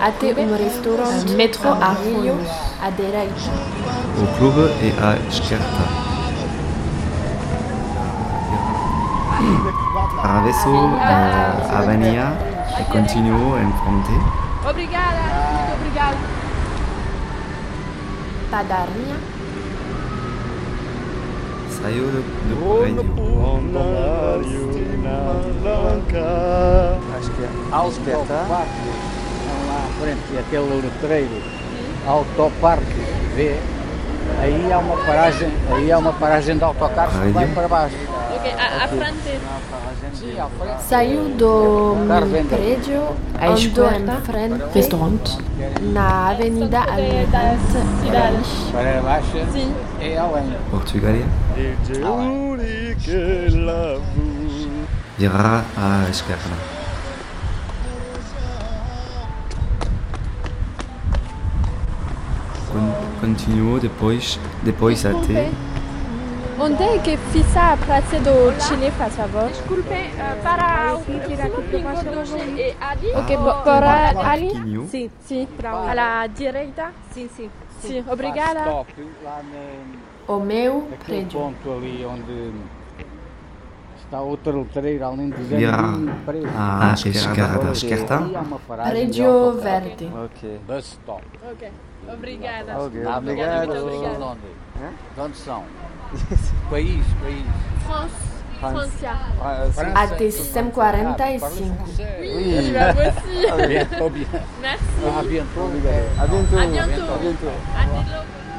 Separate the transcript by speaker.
Speaker 1: até um restaurante, metrô a Rio, à direita.
Speaker 2: O clube é à esquerda. Atravesso a avenida e continuo em frente.
Speaker 3: Obrigada, muito obrigada.
Speaker 1: Padaria,
Speaker 2: Saio do, do prédio.
Speaker 4: Acho que é Autoparque. Estão lá à frente, aquele letreiro. Autoparque V. Aí há uma paragem, aí há uma paragem de autocarros que vai para baixo.
Speaker 3: Ok, à, à frente.
Speaker 4: Sim, à frente.
Speaker 1: saiu do prédio,
Speaker 5: À
Speaker 1: andou
Speaker 5: esquerda,
Speaker 1: em frente,
Speaker 5: restaurante,
Speaker 1: na avenida
Speaker 3: São José das Cidades.
Speaker 1: Almirante
Speaker 4: Para baixo
Speaker 3: Sim.
Speaker 4: é além.
Speaker 2: Portugalia. Virar à esquerda. Con- Continuo depois, depois até
Speaker 3: Onde é que fica a Praça do Chile, faz favor?
Speaker 6: Para o próximo domingo.
Speaker 3: Ok, bo- para ali?
Speaker 2: Quinho.
Speaker 6: Sim,
Speaker 3: Sim, à la direita?
Speaker 6: sim, sim.
Speaker 3: Sim, obrigada.
Speaker 4: Stop, lá na-
Speaker 1: o meu
Speaker 4: naquele
Speaker 1: prédio.
Speaker 4: ponto ali onde está outra letreira, além de
Speaker 2: Virar à esquerda. À
Speaker 4: é Aí há
Speaker 2: esquerda.
Speaker 4: uma paragem de né?
Speaker 1: Prédio
Speaker 4: autocarro.
Speaker 1: verde.
Speaker 4: Bus stop.
Speaker 3: Ok, obrigada.
Speaker 4: Ah,
Speaker 3: Obrigado.
Speaker 4: Obrigado.
Speaker 3: Obrigado.
Speaker 4: De onde? De onde são? país, país.
Speaker 3: France, Francia.
Speaker 4: França.
Speaker 1: Até
Speaker 4: Parlez
Speaker 1: 145.
Speaker 4: français.
Speaker 3: Tu vas aussi.
Speaker 4: Ah, bien, trop bien.
Speaker 3: À bientôt. À bientôt.